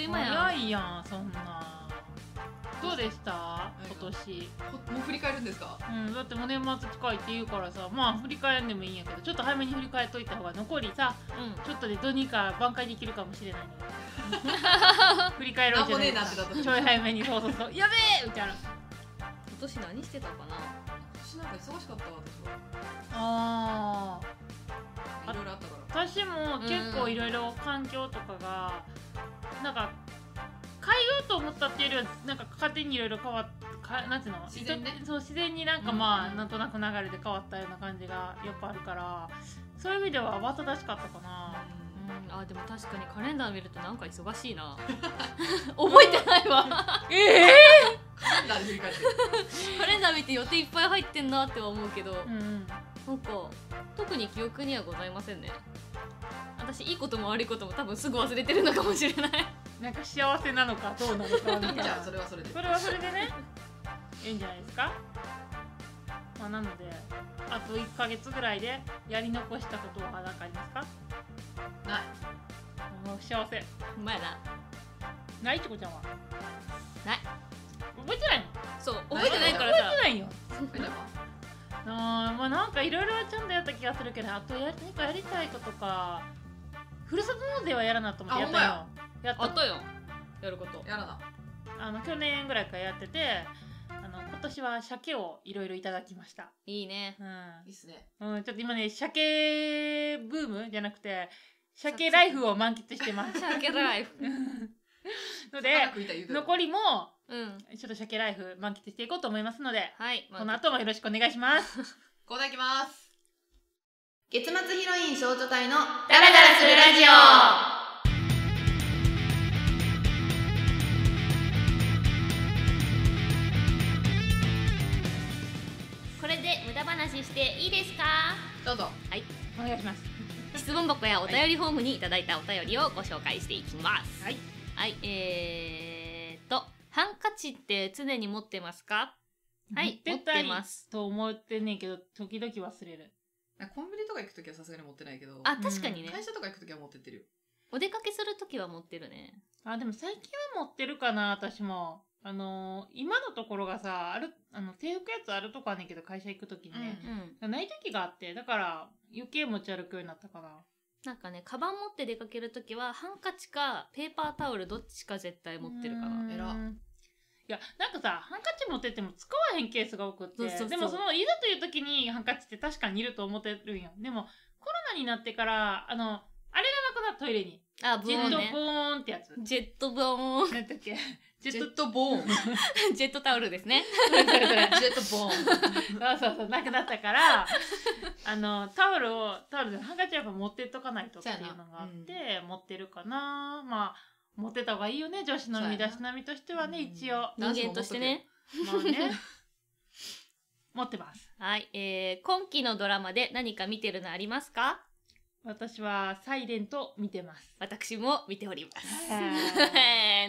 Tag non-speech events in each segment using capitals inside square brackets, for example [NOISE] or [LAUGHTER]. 今やん早いやんそんなどうでした何が今年ほもう振り返るんですかうんだってもう年末近いって言うからさまあ振り返んでもいいんやけどちょっと早めに振り返っといた方が残りさうちょっとでどうにか挽回できるかもしれないのに振り返ろうじゃないなんもねえなってだとちょい早めにそうそうそうやべえみたいなん今年何してたかな私なんか忙しかったわ私ああはいろいろあったから私も結構いろいろ環境とかが、なんか変えようと思ったっていうよりはなんか勝手にいろいろ変わっかなんていうの自然ね意図そう自然になんかうんまあ、なんとなく流れで変わったような感じがやっぱあるからそういう意味では慌ただしかったかな。うんあでも確かにカレンダー見るとなんか忙しい [LAUGHS] な覚 [LAUGHS] えてないわえカレンダーで振り返ってるカレンダー見て予定いっぱい入ってんなっては思うけど、うんうん、なんか特に記憶にはございませんね私いいことも悪いことも多分すぐ忘れてるのかもしれないなんか幸せなのかどうなのかみたいな [LAUGHS] じゃあそれはそれでそれはそれでねいいんじゃないですか、まあ、なのであと1ヶ月ぐらいでやり残したことは何かありますかないもう幸せ [LAUGHS] ほんまやなないちこちゃんはない覚えてないのそう覚えてないから覚えさてないよえなんかあーまあなんかいろいろちゃんとやった気がするけどあとや何かやりたいことかふるさと納税はやらなと思ってやったよあやったあったよやることやらなあの去年ぐらいからやっててあの今年は鮭をいろいろいただきましたいいねいいっすねうん、うん、ちょっと今ね鮭ブームじゃなくて鮭ライフを満喫してます鮭ライフので早くいた言うと残りも [LAUGHS] うんちょっと鮭ライフ満喫していこうと思いますのではいこの後もよろしくお願いしますコーナーいきます月末ヒロイン少女隊のダラダラするラジオこれで無駄話していいですかどうぞ [LAUGHS] お願いします質問箱やお便りフォームにいただいたお便りをご紹介していきますはい、はい、えーっとハンカチって常に持ってますかはい持ってた持っていますと思ってんねんけど時々忘れるコンビニとか行くときはさすがに持ってないけどあ確かにね、会社とか行くときは持ってってるよお出かけするときは持ってるねあでも最近は持ってるかな私もあのー今のところがさあるあの制服やつあるとこはねんけど会社行く時にね、うんない時があってだから余計持ち歩くようになったかななんかね、カバン持って出かけるときは、ハンカチか、ペーパータオル、どっちか絶対持ってるかうら。ーん偉いやなんかさハンカチ持ってっても使わへんケースが多くってそうそうそうでもそのいざという時にハンカチって確かにいると思ってるんよでもコロナになってからあのあれがなくなったトイレにあ、ブジェーッントね。ボーンってやつジェットブーン。何だっけジェジッェトットボーンジェジェットタオルです [LAUGHS] ね。それそれットボーンそうそうそうなくなったからあのタオルをタオルでハンカチはやっぱ持ってっとかないとっていうのがあってそう持ってるかなまあ持ってた方がいいよね女子の身だしなみとしてはねそうやな一応ま人間としてね。あね持ってますはい。えー、今期のドラマで何か見てるのありますか私は「サイレント見てます私も見ております。他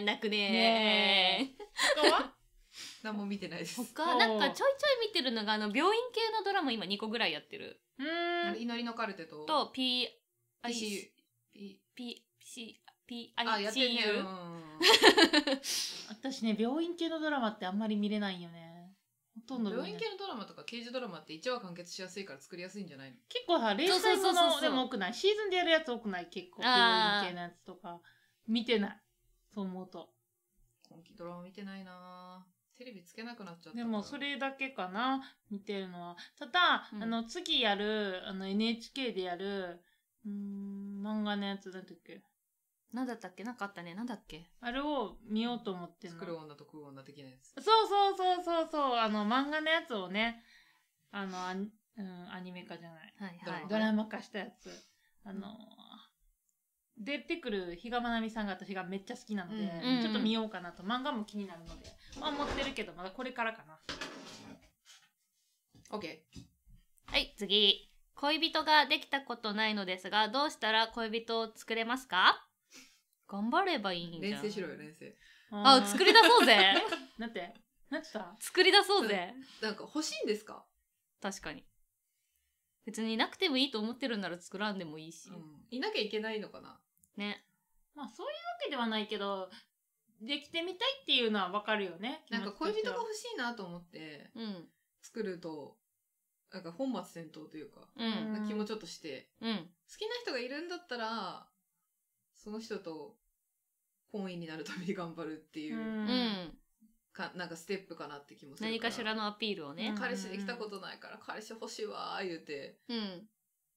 [LAUGHS] 泣くねねは何も見てないですー。他、なんかちょいちょい見てるのが、あの、病院系のドラマ今2個ぐらいやってる。うーん祈りのカルテとと、P、 ICU IC、P、C、P、I、あやってんね C、U う。ん私ね病院系のドラマってあんまり見れないんよねほとんど見れな病い院系のドラマとか刑事ドラマって1話完結しやすいから作りやすいんじゃないの結構さ連載そもうそうそうそのうでも多くないシーズンでやるやつ多くない結構病あー院系のやつとか見てないそう思うと今期ドラマ見てないなぁテレビつけなくなっちゃったでもそれだけかな見てるのはただ、うんあの次やるあの NHK でやるうーん漫画のやつなんだっけなんだったっけなんかあったね。なんだっけあれを見ようと思ってんの作る女と食う女的なやつそうそうそうそうそうあの漫画のやつをねあのアニ,、うん、アニメ化じゃないはいドラはいマ。ドラマ化したやつあの出てくる比嘉愛美さんが私がめっちゃ好きなので、うんちょっと見ようかなと漫画も気になるので、まあ、持ってるけどまだこれからかな OK はい、次。恋人ができたことないのですが、どうしたら恋人を作れますか頑張ればいいんじゃ連ん。成しろよ連成あ、作るり出そ [LAUGHS] うぜ。なんてなんてさ作り出そうぜ。なんか欲しいんですか、確かに。別になくてもいいと思ってるんなら作らんでもいいし。うん、いなきゃいけないのかなね。まあそういうわけではないけどできてみたいっていうのはわかるよね。なんか恋気持ち人とがしては欲しいなと思ってうん作ると、なんか本末転倒というか、うんな気もちょっとして、うん好きな人がいるんだったら、その人と婚姻になるために頑張るっていうう、うんん、かなんかステップかなって気もするら。何かしらのアピールをね彼氏できたことないから彼氏欲しいわー言うて、うん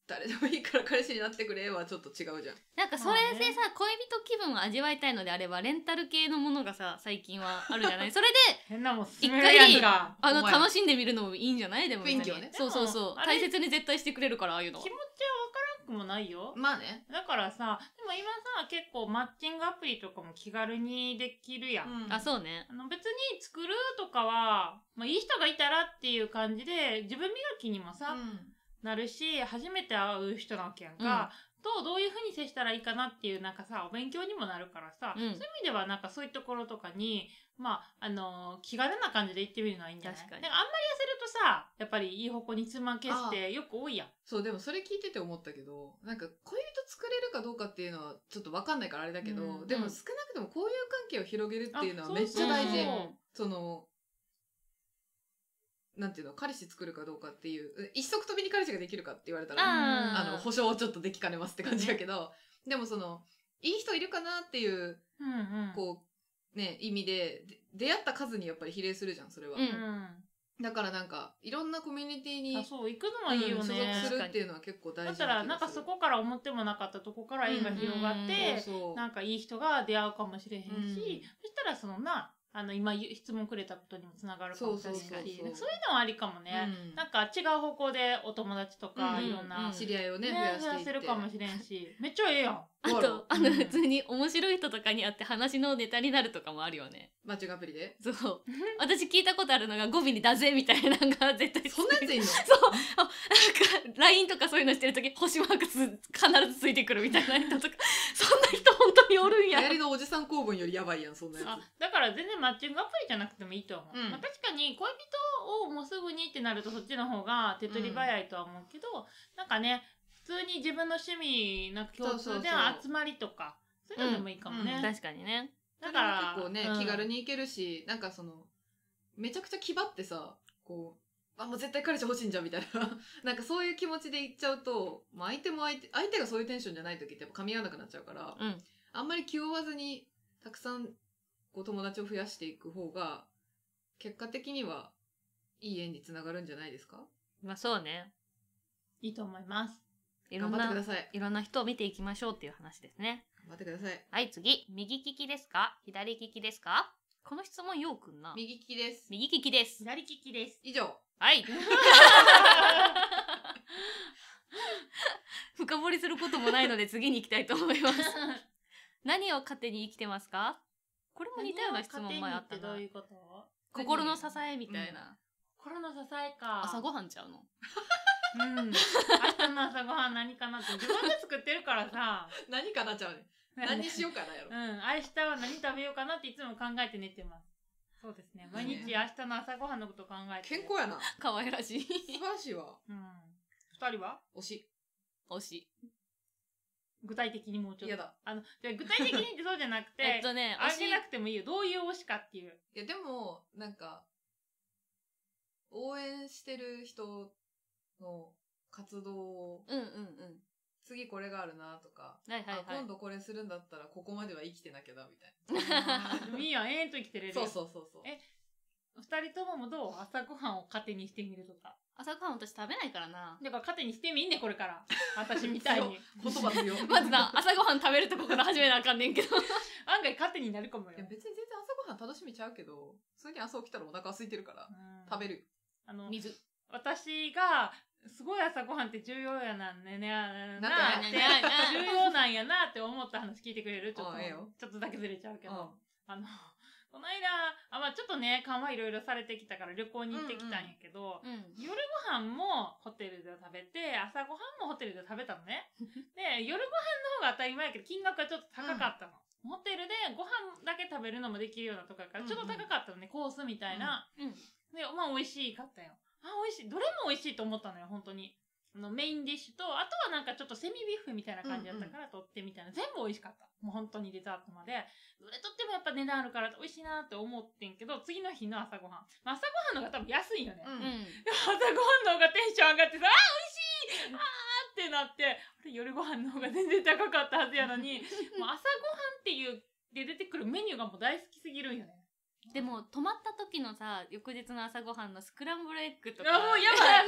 誰でもいいから彼氏になってくれはちょっと違うじゃん。なんかそれでさ、ま恋人気分を味わいたいのであればレンタル系のものがさ最近はあるじゃな [LAUGHS] いそれで変なもん一勧める回やつがあのお前ら楽しんでみるのもいいんじゃないでも雰囲気をね別にそうそうそでもうあれ大切に絶対してくれるからああいうのは気持ちはわからんくもないよ。まあね。だからさ、でも今さ、結構マッチングアプリとかも気軽にできるやん。あう。そうねあの別に作るとかは、まあ、いい人がいたらっていう感じで自分磨きにもさ、なるし初めて会う人なわけやんか、とどういうふうに接したらいいかなっていうなんかさお勉強にもなるからさ、うんそういう意味ではなんかそういうところとかに、まああの気軽な感じで行ってみるのはいいんじゃない確かになんかあんまり痩せるとさやっぱりいい方向につまけしてよく多いやん。そう、でもそれ聞いてて思ったけど、なんか恋人作れるかどうかっていうのはちょっとわかんないからあれだけど、うんでも少なくとも交友関係を広げるっていうのはあめっちゃ大事。そうそそうの、なんていうの、彼氏作るかどうかっていう、う一足飛びに彼氏ができるかって言われたら、ああの、保証をちょっとできかねますって感じだけど、でもその、いい人いるかなっていう、うんうんこう、ね、意味で、で出会った数にやっぱり比例するじゃん、それは。うんうだからなんか、いろんなコミュニティにん、あそう行くのはいいよ所ね、属するっていうのは結構大事な気がだったするらなんかそこから思ってもなかったとこから縁が広がっうんうて、んうんそうそうなんかいい人が出会うかもしれへんし、うんそしたらそのなあの今ゆ質問くれたことにもつながるかもしれないしそうそうそうそうなんかそういうのはありかもね、うんなんか違う方向でお友達とかうんいろんな、うん知り合いをね、ね増増やしてやいってせるかもしれんしめっちゃええやんあとあうのん普通に面白い人とかに会って話のネタになるとかもあるよねマッチングアプリでそう [LAUGHS] 私聞いたことあるのが語尾に「だぜ」みたいなのが絶対そんなやついんのそうあなんか LINE とかそういうのしてる時星マークす必ずついてくるみたいな人とか [LAUGHS] そんな人本当におるん流や行りのおじさん公文よりやばいやんそんなやあだから全然マッチングアプリじゃなくてもいいと思う、うんまあ、確かに恋人をもうすぐにってなるとそっちの方が手っ取り早いとは思うけど、なんかね普通に自分の趣味なんか共そうそ通うでそう集まりとかそういうのでもいいかもね、うんうん確かにねつだからそれも結構ね、うん気軽に行けるしなんかそのめちゃくちゃ気張ってさこうあもう絶対彼氏欲しいんじゃんみたいな [LAUGHS] なんかそういう気持ちで行っちゃうと、まあ、相手も相手相手がそういうテンションじゃない時ってやっぱ噛み合わなくなっちゃうから、うんあんまり気負わずにたくさんこう友達を増やしていく方が結果的にはいい縁につながるんじゃないですかまあそうねいいと思いますいろ頑張んってくだなさいいろんな人を見ていきましょうっていう話ですね頑張ってくださいはい次右利きですか左利きですかこの質問ようくんな右利きです右利きです左利きです以上はい [LAUGHS] 深掘りすることもないので次に行きたいと思います何を糧に生きてますかこれも似たような質問前あった何を糧にってどなういうこと心の支えみたいな、心の支えか朝ごはんちゃうのうん明日の朝ごはん何かなって自分で作ってるからさ何かなちゃうね何にしようかなやろうん、明日は何食べようかなっていつも考えて寝てます。そうですね。毎日明日の朝ごはんのこと考えて。健康やな可愛らし [LAUGHS] い素晴らしいわうん。二人は推し推し具体的にもうちょっと。嫌だあの、じゃあ具体的にってそうじゃなく [LAUGHS] て、えっとねあ推しげなくてもいいよ。どういう推しかっていう。いやでもなんか応援してる人の活動をうんうんうん次これがあるなとか、はいはいあはい今度これするんだったらここまでは生きてなきゃだみたいでもいいやん。永遠と生きてれなるよ。そうそうそうそうえ二人とももどう朝ごはんを糧にしてみると [LAUGHS] か。朝ごはん私食べないからなだから糧にしてみんね、これから。私みたいに。言葉強い [LAUGHS] [LAUGHS] まずな朝ごはん食べるとこから始めなあかんねんけど案外糧になるかもよいや。別に全然朝ごはん楽しみちゃうけど普通に朝起きたらお腹空いてるから食べる。るよあの、 [LAUGHS] 水私がすごい朝ごはんって重要やなんねねななななんっでてなんで重要なんやなって思った話聞いてくれるちょっあとええよちょっとだけずれちゃうけど、うんあの [LAUGHS] この間あ、まあ、ちょっとね緩和いろいろされてきたから旅行に行ってきたんやけど、うん夜ご飯もホテルで食べて朝ごはんもホテルで食べたの [LAUGHS] ねで夜ご飯の方が当たり前やけど金額がちょっと高かったの、ホテルでご飯だけ食べるのもできるようなとこやからちょっと高かったのね、コースみたいな、うんで、まあ美味しいかったよ。あ、美味しい。どれも美味しいと思ったのよ、本当に。のメインディッシュと、あとはなんかちょっとセミビュッフェみたいな感じだったから、取ってみたいな、全部美味しかった。もう本当にデザートまで。どれとってもやっぱ値段あるから美味しいなって思ってんけど、次の日の朝ごはん。まあ、朝ごはんの方が多分安いよね。うんうんで朝ごはんの方がテンション上がってさ、あー美味しいあーってなって、あれ夜ご飯の方が全然高かったはずやのに、 [LAUGHS] もう朝ごはんっていう、で出てくるメニューがもう大好きすぎるんよね。でも泊まった時のさ翌日の朝ごはんのスクランブルエッグとかあもうやばい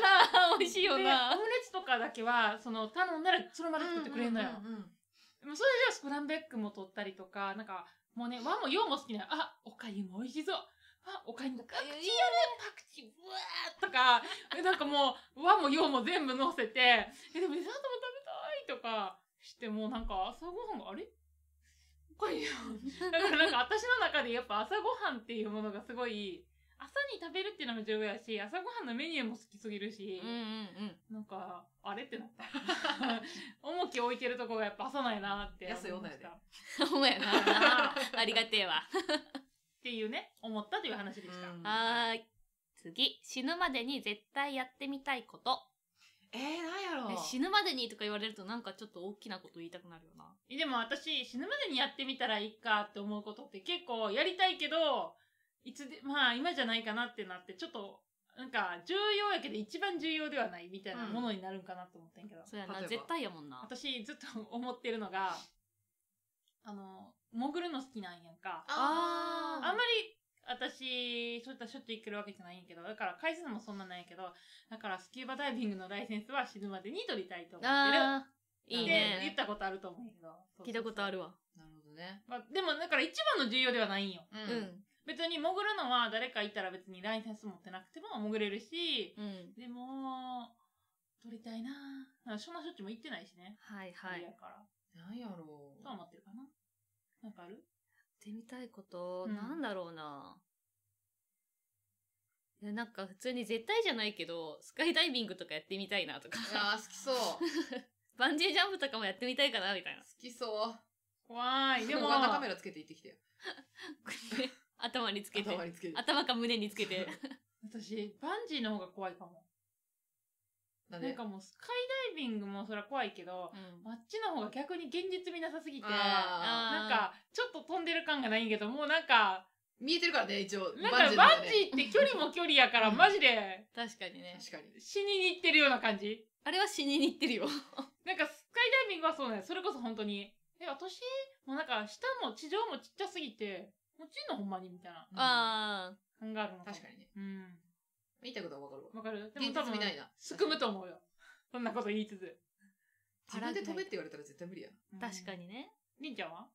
[LAUGHS] [LAUGHS] な美味しいよでなオムレツとかだけは、その、頼んだらその場で作ってくれるのよ。うんうんうんでもそれではスクランブルエッグも取ったりとか、なんか、もうね、和も洋も好きなのあ、おかゆも美味しそう。あ、おかゆのパクチーやるパクチー、ブワーとか、 [LAUGHS] えなんかもう、和も洋も全部乗せて、え、でもデザートも食べたいとかして、もうなんか朝ごはんが、あれおかゆだからなんか私の中でやっぱ朝ごはんっていうものがすごい、朝に食べるっていうのも重要やし、朝ごはんのメニューも好きすぎるし、うんうんうんなんか、あれってなった。 [LAUGHS] 重き置いてるとこがやっぱ朝ないなって安い思女いまやしでた。ほん [LAUGHS] まやな [LAUGHS] ありがてえわっていうね、思ったという話でした。うんはーい次死ぬまでに絶対やってみたいことえー、なんやろえ死ぬまでにとか言われるとなんかちょっと大きなこと言いたくなるよなでも私、死ぬまでにやってみたらいいかって思うことって結構やりたいけど、いつで、まあ今じゃないかなってなって、ちょっと、なんか重要やけど一番重要ではないみたいなものになるんかなと思ってんけど。そうやな例えば絶対やもんな私ずっと思ってるのが、あの、潜るの好きなんやんか。あーあんまり私、そういったしょっちゅう行ってるわけじゃないんやけど、だから回数もそんなないんやけど、だからスキューバダイビングのライセンスは死ぬまでに取りたいと思ってる。あーいいで言っねたことあると思うんやけど。そうそうそう聞いたことあ。るわなるほどねまあ、でもだから一番の重要ではないんよ。う、うんん別に潜るのは誰かいたら別にライセンス持ってなくても潜れるし、うんでも、取りたいなぁ。なんかそんなしょっちゅうも行ってないしね。はいはいややっから。なんやろとは思ってるかな。なんかあるてみたいこと、うんなんだろうないやなんか普通に絶対じゃないけどスカイダイビングとかやってみたいなとかあー好きそう好 [LAUGHS] バンジージャンプとかもやってみたいかなみ [LAUGHS] たいなきそう怖い。でで [LAUGHS] も、も小型カメラつけて行ってきてよ頭につけて頭につけて頭か胸につけて私、バンジーの方が怖いかも。なんなんでかもうスカイダイビングもそりゃ怖いけど、うんあっちの方が逆に現実味なさすぎて、なあーんかちょっと飛んでる感がないんやけど、もうなんか、見えてるからね一応なんかバンジのねーって距離も距離 [LAUGHS] やから、うんマジで [LAUGHS] 確かにね確かに死にに行ってるような感じ。あれは死にに行ってるよなんかスカイダイビングはそうね、それこそ本当に、え、私、もうなんか下も地上もちっちゃすぎて、落ちんのほんまにみたいなああ感があるのうん確かにねに。うん。言いたいことはわかるわわかるでも現多実分味、ないなすくむと思うよ。そんなこと言いつつ。自分で飛べって言われたら絶対無理やな確か。にねりんちゃんは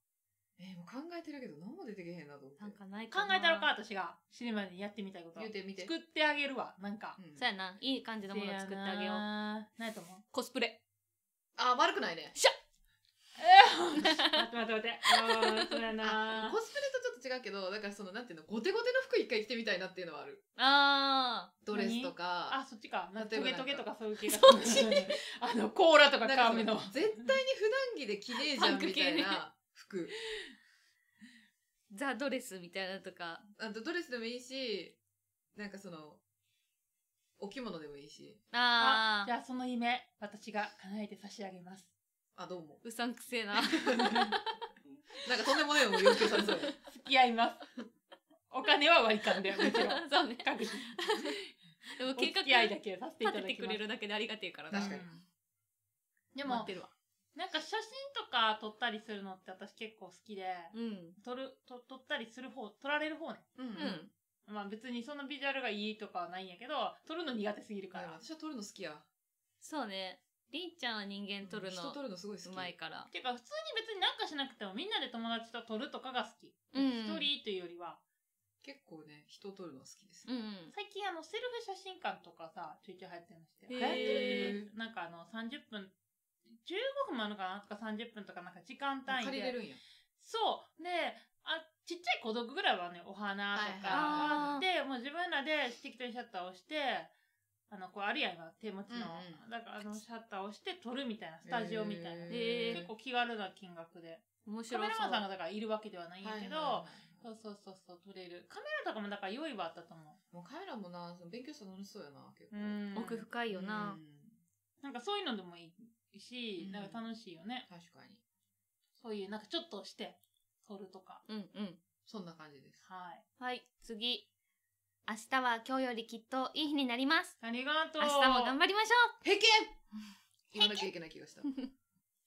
えー、もう考えてるけど何も出てけへんなと思ってなんかない考かなえたろか、私が。死ぬまでにやってみたいこと。言うてみて作ってあげるわ、なんか。うんそうやないい感じのもの作ってあげようう。ないと思う。コスプレあー悪くないねえー待って待って待って。あーそうやなあコスプレとちょっと違うけどだからそのなんていうのゴテゴテの服一回着てみたいなっていうのはあるあドレスとかあ、そっちか。なんか例えトばゲなんかトゲとかそういう系が。そっちあの、コーラとかなんかそ髪の。絶対に普段着で着ねえじ [LAUGHS] ゃんみたいな服ーザ・ドレスみたいなのとかあとドレスでもいいしなんかそのお着物でもいいしああじあゃあその夢、私が叶えて差し上げます。あどうもうさんくせえななんかとんでもねえのも要求されそうや付き合います。お金は割り勘で、もちろん。そうね各自。でもお計付画き合いだけさせていただ立てきます。てくれるだけでありがてえからな確かにうんででもも、てるわなんか写真とか撮ったりするのって私結構好きで、うん撮る、と撮ったりする方、撮られる方ね。うんううんんまあ別にそんなビジュアルがいいとかはないんやけど、撮るの苦手すぎるから。私は撮るの好きやそうねりんちゃんは人間撮る人撮のるのすごい好きうまいからてか普通に別になんかしなくてもみんなで友達と撮るとかが好き。うん一人というよりは。結構ね人撮るのは好きです、うんうん最近あのセルフ写真館とかさ、ちょいちょい流行ってまして。へー流行ってるなんかあの30分、15分もあるのかなとか30分とかなんか時間単位借りれで。るんやそう。で、あ、ちっちゃい孤独ぐらいはね、お花とはいはいか。あーで、もう自分らで適当にシャッターを押して、あの、こうあるやんか、手持ちの。うんうんだからあのシャッターを押して撮るみたいな、スタジオみたいな。へー結構気軽な金額で。面白カそうメラマンさんがだからいるわけではないんやけど、はいはいはいそうそうそうそう、撮れる。カメラとかもだから用意はあったと思もうカメラもなその勉強したら楽しそうやな結う。構、奥深いよなうんなんかそういうのでもいいし、うんなんか楽しいよね。確かに。そういう、なんかちょっとして、撮るとか。うんうん。そんな感じです。はい。はい、次。明日は今日よりきっといい日になります。ありがとう。明日も頑張りましょ平均平均言わなきゃいけない気がした。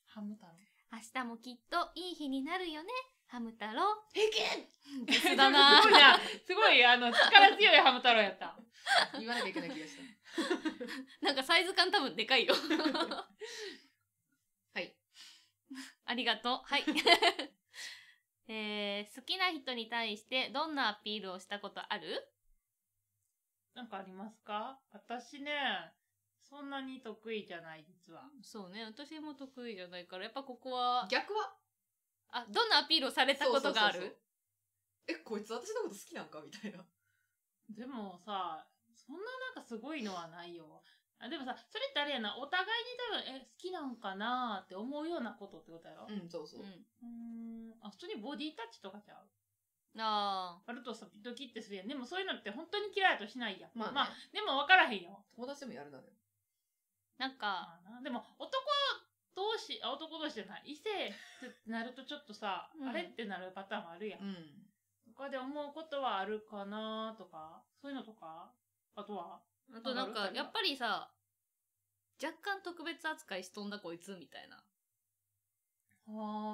ハム太郎。 [LAUGHS] う明日もきっといい日になるよね、ハム太郎。平均ゲスだなすごいな。すごい、あの、力強いハム太郎やった。言わなきゃいけない気がした。 [LAUGHS] なんかサイズ感多分でかいよ。はい。 [LAUGHS] ありがとう。はい。 [LAUGHS] えー、好きな人に対してどんなアピールをしたことあるなんかありますか私ね、そんなに得意じゃない、実は。そうね、私も得意じゃないから、やっぱここは、逆はあ、どんなアピールをされたことがあそうそうそうそうるえ、こいつ私のこと好きなんかみたいな。でもさ、そんななんかすごいのはないよ。あでもさ、それってあれやな、お互いに多分、え、好きなんかなーって思うようなことってことやろうん、そうそうう。ん。うーん、あ、普通にボディタッチとかちゃうああるとさ、ドキってするやん。でもそういうのって本当に嫌いだとしないやん。まあねでも分からへんよ。友達でもやるなのよ。ー、なんか、まあなでも男同士、あ、男同士じゃない。異性ってなるとちょっとさ、うんあれってなるパターンもあるやん。うん。他で思うことはあるかなとか、そういうのとか、あとはあとなんわかかる、やっぱりさ、若干特別扱いしとんだこいつみたいな。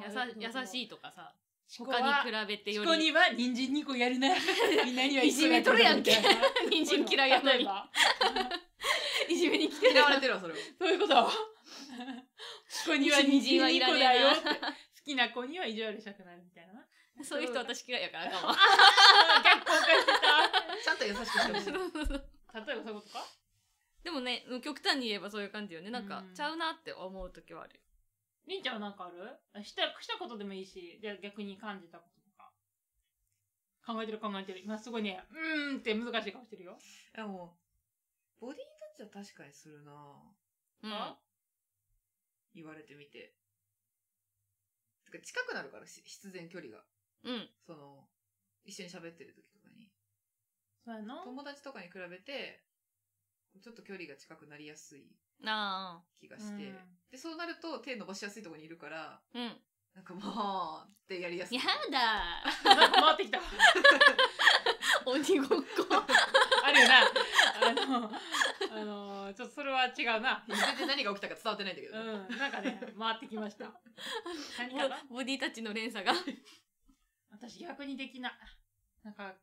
やさ優しい。いとかさ、チ他に比べてよチコり。には人参2個や [LAUGHS] るな。みんなにはいじめとるやんけ一個だみたい [LAUGHS] [LAUGHS] な人参嫌いやのに例えば [LAUGHS] いじめに来て [LAUGHS] 嫌われてるわ、それは。そういうことチコには人参2個だよって。好きな子には意地悪したくなるみたいな。 [LAUGHS] そういう人私嫌いやからあ [LAUGHS] かも。逆効果して [LAUGHS] ちゃんと優しくして [LAUGHS] ほしい。た。例えばそういうことかでもね、極端に言えばそういう感じよね。なんかうん、ちゃうなって思う時はある。りんちゃんはなんかあるあした、したことでもいいし、じゃあ逆に感じたこととか。考えてる考えてる。今すごいね、うーんって難しい顔してるよ。でも、ボディタッチは確かにするなうん。あ言われてみて。てか近くなるから、し必然距離が。うん。その、一緒に喋ってる時とかに。そうやな。友達とかに比べて、ちょっと距離が近くなりやすいなあ。気がして。うん [LAUGHS] で、そうなると手伸ばしやすいところにいるから、 [LAUGHS] うん。なんかもう、ってやりやすい。やだなんか回ってきた。ー。 [LAUGHS] 鬼ごっこ。あるよな。あの、あの、ちょっとそれは違うな。全然何が起きたか伝わってないんだけどね、うん、なんかね、回ってきました。何かなボボディタッチの連鎖が。 [LAUGHS] 私逆にできない。なんか、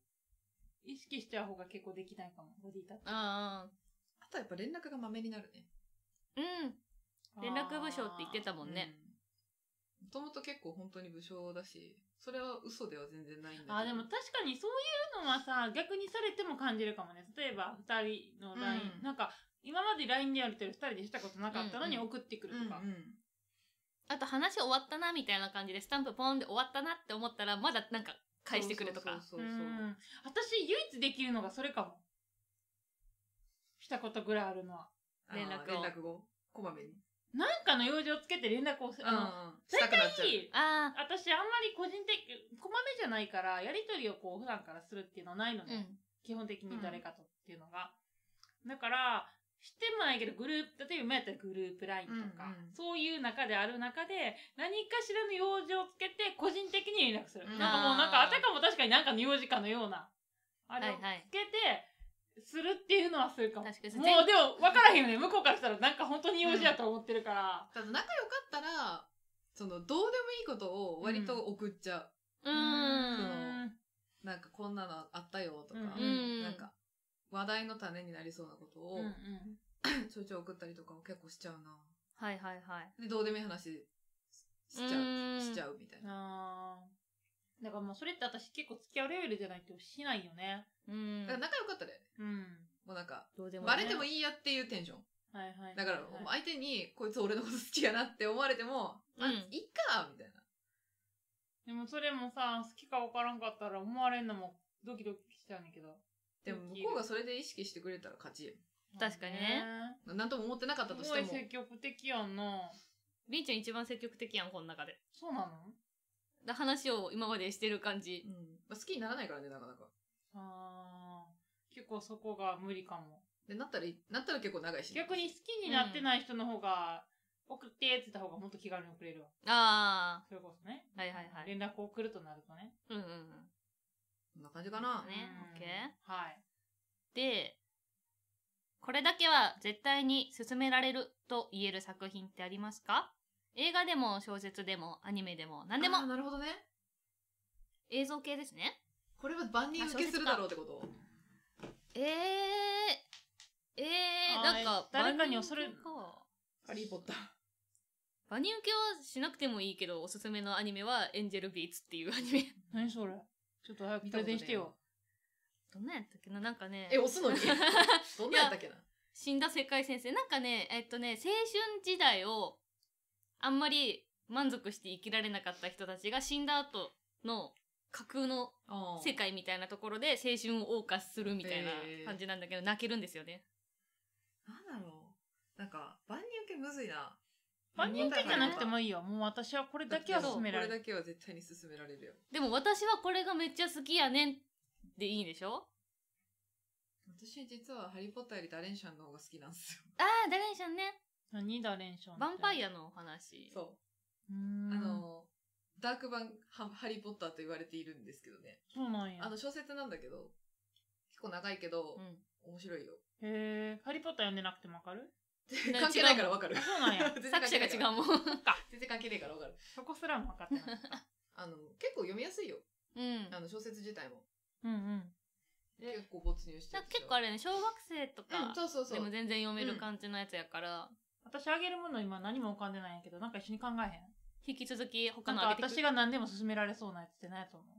意識しちゃう方が結構できないかも、ボディタッチ。ああ。あとはやっぱ連絡がまめになるね。うん。連絡部署って言ってたもんね。うん。もともと結構本当に武将だし、それは嘘では全然ないんだけど。あーでも確かにそういうのはさ逆にされても感じるかもね例えば2人の LINE、うんなんか今まで LINE でやりてる2人でしたことなかったのにうん送ってくるとか、うんうんあと話終わったなみたいな感じでスタンプポンで終わったなって思ったらまだなんか返してくるとか。そうそうそううそう。ん私唯一できるのがそれかもしたことぐらいあるのはあー連絡を連絡を。こまめに。なんかの用事をつけて連絡をする、あのし大たくなっちゃう。体あ私あんまり個人的こまめじゃないからやり取りをこう普段からするっていうのはないのあ。で、うん。基本的に誰かとっていうのが。だから、してもないけど、グループ、例えば今やったらグループ LINE とか、うんうんそういう中である中で、何かしらの用事をつけて、個人的に連絡する。うんなんかもうなんか、あたかも確かになんかの用事かのような、あはれいをはいつ。けて、するっていうのはするかも。も確かにうでも、分からへんよね。向こうからしたら、なんか本当に用事やと思ってるから。ただ仲良かったら、その、どうでもいいことを割と送っちゃう。うー。うんんなんかこんなのあったよとか、うんうんなんか話題の種になりそうなことをうんうんちょいちょい送ったりとかを結構しちゃうな。はいはいはい。で、どうでもいい話しちゃうんう、しちゃうみたいな。あーだからもうそれって私結構付き合うレベルじゃないとしないよね。うんだから仲良かったで、うん。もうなんか、どうでもねバレてもいいやっていうテンション。はいはいはいはい。だから、相手に、こいつ俺のこと好きやなって思われても、まあ、うんいっか、みたいな。でもそれもさ、好きか分からんかったら思われんのもドキドキしちゃうんだけど。でも、向こうがそれで意識してくれたら勝ちよ。確かにねななんとも思ってなかったまあね。とすしてごいも、積極的やんな。りんちゃん一番積極的やん、この中で。そうなのだ話を今までしてる感じう。んまあ、好きにならないからね、なかなか。あー結構そこが無理かも。で、なったらい、なったら結構長いしね、逆に好きになってない人の方が、送ってって言った方がもっと気軽に送れるわ。あそれこそね。あはいはいはい連絡を送るとなるとね。うんうんうんこんな感じかな。ねうんオッケーはい。でこれだけは絶対に勧められると言える作品ってありますか映画でも小説でもアニメでも何であーもなるほどね。映像系ですねこれは万人受けするだろうってことえー、えー、あーなんか誰かに恐れ万人受けかハリーポッター。バニ受けはしなくてもいいけどおすすめのアニメは「エンジェルビーツ」っていうアニメ何それちょっと早くプレゼンしてよ。どんなんやったっけななんかねえ、押す [LAUGHS] のにどんなやったっけな死んだ世界先生なんかねえっとね青春時代をあんまり満足して生きられなかった人たちが死んだ後の架空のあー世界みたいなところで青春を謳歌するみたいなへー感じなんだけど泣けるんですよね。なんだろう。なんか、万人受けむずいな。万人受けじゃなくてももいいよ。もう私はこれだけは勧められこれる。だけは絶対に勧められるよ。でも私はこれがめっちゃ好きやねんでいいんでしょ私実はハリーポッターよりダレンシャンの方が好きなんですああダレンシャンね何だ、レンション。ヴァンパイア。アのお話よ。そうう。ん。あの、ダーク版ハハリーポッターと言われているんですけどね。そうなんやあ。の小説なんだけど、結構長いけどう、ん、面白いよ。へえ。ハリーポッター読んでなくてもわかるね [LAUGHS] 関係ないからわかるあ。そうなんや。全然作関係者ながい違かうらもん全然関係ないからわかる。 [LAUGHS] そこすらも分かってない。あの、結構読みやすいよ。うんあの、小説自体も。うんうん。結構没入してなんるかし。結構あれね小学生とうん、かそうそうそう。でも全然読めうるん感じのやつやから、私あげるもの今何も浮かんでないんやけど、なんか一緒に考えへん。引き続き他なのんかあげてく私が何でも勧められそうなやつって何やと思う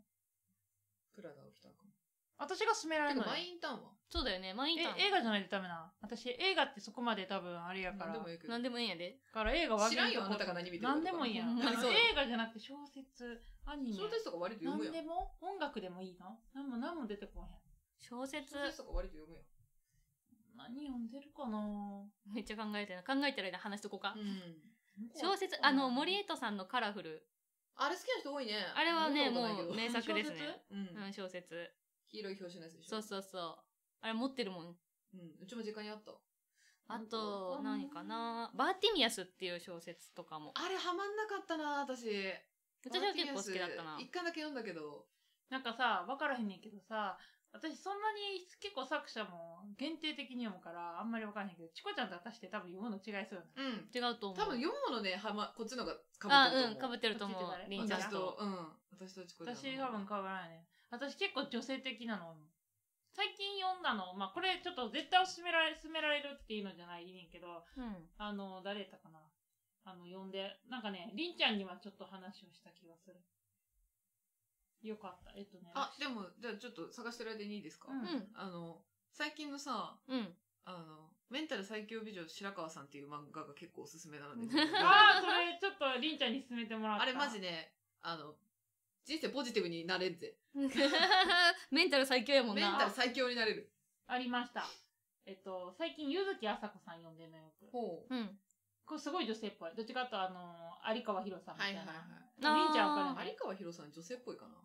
プラダを着たのかも。私が勧められてるか、のよマインターンはそうだよね毎え日映画じゃないとダメな。私映画ってそこまで多分あれやから。何でもだいいけど。なんでもいいんやでから映画は知らんよあなたが何見てるかとか何でもいいやん。うんあのそう映画じゃなくて小説、アニメ。小説とか割と何読むでやん。も音楽でもいいの何も何も出てこへ小説小説とか割と読むやん。ん。何読んでるかなめっちゃ考えてる考えてる間話しとこうか、うん。小説あの森エイトさんの「カラフルあれ好きな人多いね。」あれはね見たもことないけどう名作ですねうんうん小説黄色い表紙のやつでしそょうそうそうあれ持ってるもんう。うん。うちも時間にあった。あとなん何かかなバーティミアスっていう小説とかもあれハマんなかったな、私。私は結構好きだっバーティたなミアス一巻だけ読んだけど。なんかさ、わからへんねんけどさ、私そんなに結構作者も限定的に読むからあんまりわからへんけど、チコちゃんと私って多分読むの違いそうよね。うん。違うと思う多分読むものね、はま、こっちの方が被あってると思う。うんかぶってると思こっちってう誰りんちゃ私んとと、うん。私とチコちゃんの。私多分変わらないね。私結構女性的なの。最近読んだの、まあこれちょっと絶対おすすめられ、勧められるっていうのじゃないねんけど、うんあの、誰やったかな。あの、読んで、なんかね、りんちゃんにはちょっと話をした気がする。よかった。えっとね。あ、でも、じゃあちょっと探してる間にいいですかうんうんあの、最近のさ、うんあの、メンタル最強美女白川さんっていう漫画が結構おすすめ [LAUGHS] なので。あーそれちょっとりんちゃんに勧めてもらった。あれマジね、あの、人生ポジティブになれんぜ。 [LAUGHS] メンタル最強やもんメンなタル最強になれる。ありました。えっと、最近、ゆずきあさこさん読んでるのよく。ほう。うんこれすごい女性っぽい。どっちかというと、あのー有川博さんみたいな。はいはいはいりんちゃんわかある有ね。川博さん女性っぽいかな。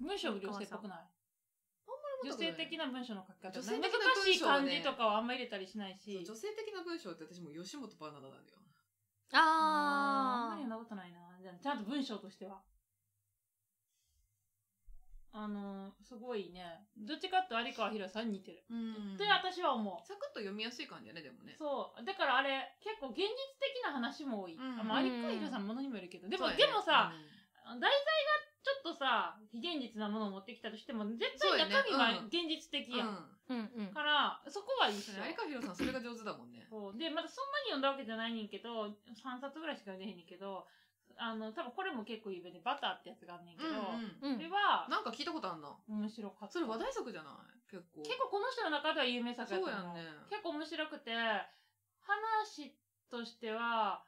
文章女性っぽくない有女川さん性的な文章の書き方。女性的な難しい漢文章は字ねとかはあんま入れたりしないそうし。女性的な文章って私もう吉本バナナなんだよ。あんまありーなことないな。じゃあちゃんと文章としては。あのーすごいね。どっちかっていうと有川博さんに似てる。うんと私は思う。サクッと読みやすい感じだね、でもね。そう。だからあれ、結構現実的な話も多うい。んあまあ、有川博さんものにもよるけど。でも、そうやねでもさ、、題材がちょっとさ、非現実なものを持ってきたとしても、絶そう対やね中身はうん現う実的ん。うやんん。うんうんから、そこは一緒確。かに有川博さんそれが上手だもんね。そうで、まだそんなに読んだわけじゃないねんけど、3冊ぐらいしか読んでへんねんけど、あの、多分これも結構有名で、バターってやつがあんねんけど、うんうんこれは、なんか聞いたことあんな。面白かった。それ話題作じゃない結構。結構この人の中では有名作やと思そうやんね結構面白くて話としては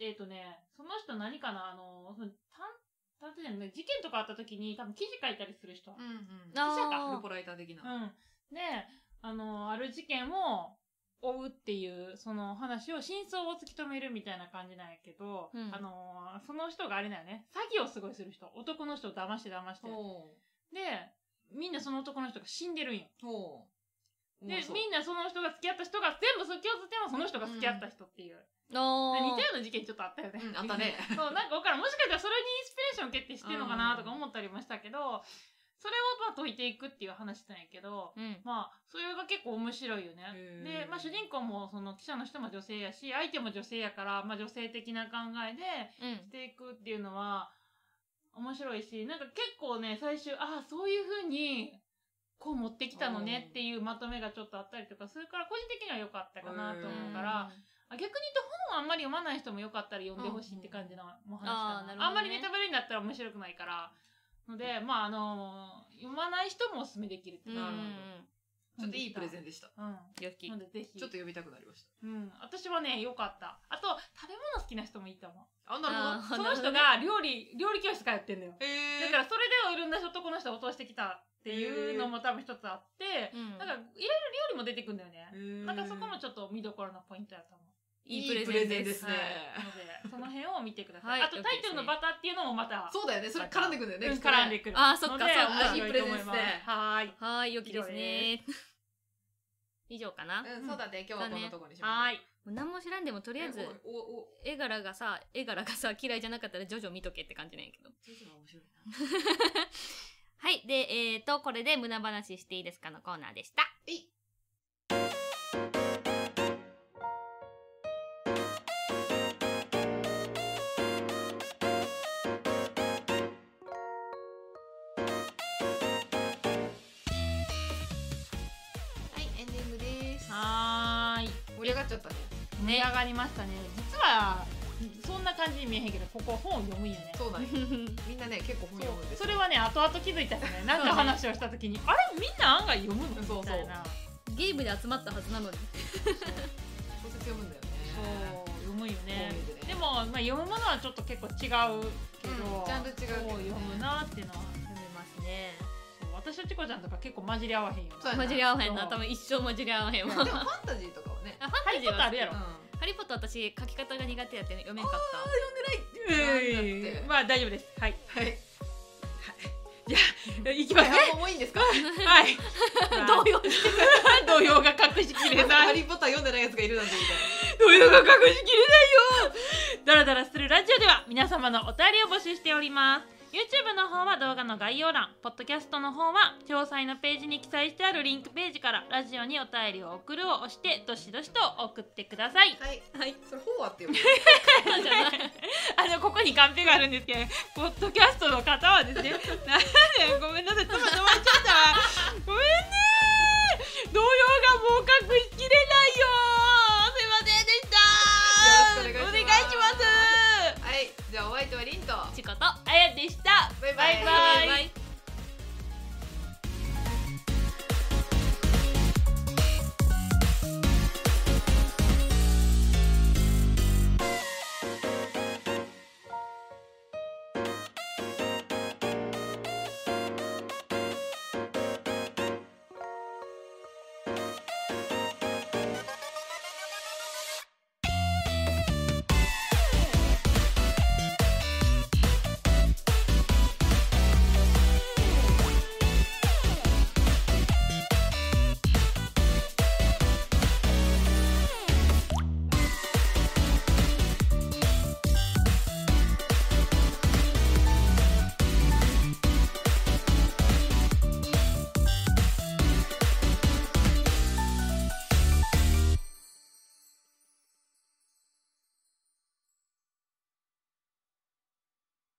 えっ、とねその人何かなあのその探探偵じゃない事件とかあった時に多分記事書いたりする人、うんうん。あー記者か、フルポライター的な。うんであのある事件を追うっていうその話を真相を突き止めるみたいな感じなんやけど、うんあのその人があれだよね詐欺をすごいする人男の人を騙して騙してほでみんなその男の人が死んでるんよう。ほで、まあそうみんなその人が付き合った人が全部そう共通点はその人が付き合った人っていう、あー似たような事件ちょっとあったよね、うんあったね [LAUGHS] そうなんか分からんもしかしたらそれにインスピレーションを受けてしてんのかなとか思ったりもしたけど、それをまあ解いていくっていう話なんやけどうんまあそれが結構面白いよねへーで、まあ、主人公もその記者の人も女性やし相手も女性やから、まあ、女性的な考えでうんしていくっていうのは面白いしなんか結構ね最終ああそういうふうにこう持ってきたのねっていうまとめがちょっとあったりとかするから個人的には良かったかなと思うから。あ逆に言うと本をあんまり読まない人もよかったら読んでほしいって感じのお話かうんな,、うんあーなるほどねあんまりネタバレになったら面白くないからのでまああの読まない人もおすすめできるっうてんいううんうか、ちょっんといいプレゼンンでした。うん良きなのでぜひちょっと呼びたくなりました。うん、私はね良かったあと食べ物好きな人もいいと思うあ、なるほあーそなのるほど人ねが料理料理教室通ってんのよど。へだーからそれでいろんな男の人を通してきたっていうのも多分一つあって、うんなんかいろいろ料理も出てくんだよね、へーなんかそこもちょっと見どころのポイントだと思ういいプレゼンですいいプレゼねはい、の [LAUGHS] でその辺を見てください、はいあとタイトルの「バター」っていうのもまたそうだよね。それ絡んでくんだよね。うんきっとね絡んでくるあーそっかのでそっか面白いと思いいプいますレゼンですねはーいはーい良きですね以上かなうん、そうだね。今日はこんなとこにしはまーす。いもう何も知らんでもとりあえずえおいおお絵柄がさ絵柄がさ嫌いじゃなかったら徐々見とけって感じなんやけどジョジョは面白いな。はいでえー、とこれで胸話していいですかのコーナーでしたえいはい、エンディングです。はーい盛り上がっちゃったね。盛り上がりましたね実はそんな感じに見えへんけどここ本を読むんよね [LAUGHS] そうだね。みんなね、結構本そ読うむんですそよ。れはね後々気づいたよねなんか話をした時に、あれみんな案外読むのそうそうみたいなゲームで集まったはずなのに小説読むんだよね。そう読むよねこう見てねでも、まあ、読むものはちょっと結構違うけど、うんジャンル違うけどねそう読むなっていうのは読めますねそう私とチコちゃんとか結構混じり合わへんよそうやな混じり合わへんそなう多分一生混じり合わへんわでもファンタジーとかはね。あファンタジーはハリポッターあるやろうハリーポッター私書き方が苦手やって読めんかったん。えなんだってまあ大丈夫ですはいはい。行きま [LAUGHS] すねもういいんですか。はい [LAUGHS] 動揺してる [LAUGHS] 動揺が隠しきれなハいリーポッター読んでないやつがいるなんてみたいな。動揺が隠しきれないよダラダラするラジオでは皆様のお便りを募集しております YouTube の方は動画の概要欄ポッドキャストの方は詳細のページに記載してあるリンクページからラジオにお便りを送るを押してどしどしと送ってくださいはい。はいそれ、ほうあってよ。じゃない [LAUGHS] あのここにカンペがあるんですけどポッドキャストの方はですねなんでごめんなさい妻止まっちゃったわごめんね動揺がもう隠しきれないよすいませんでしたよろしくお願いしお願ますいしますはい。じゃあ、お相手はリンと。チコとあやでしたバイババイ。イバイイ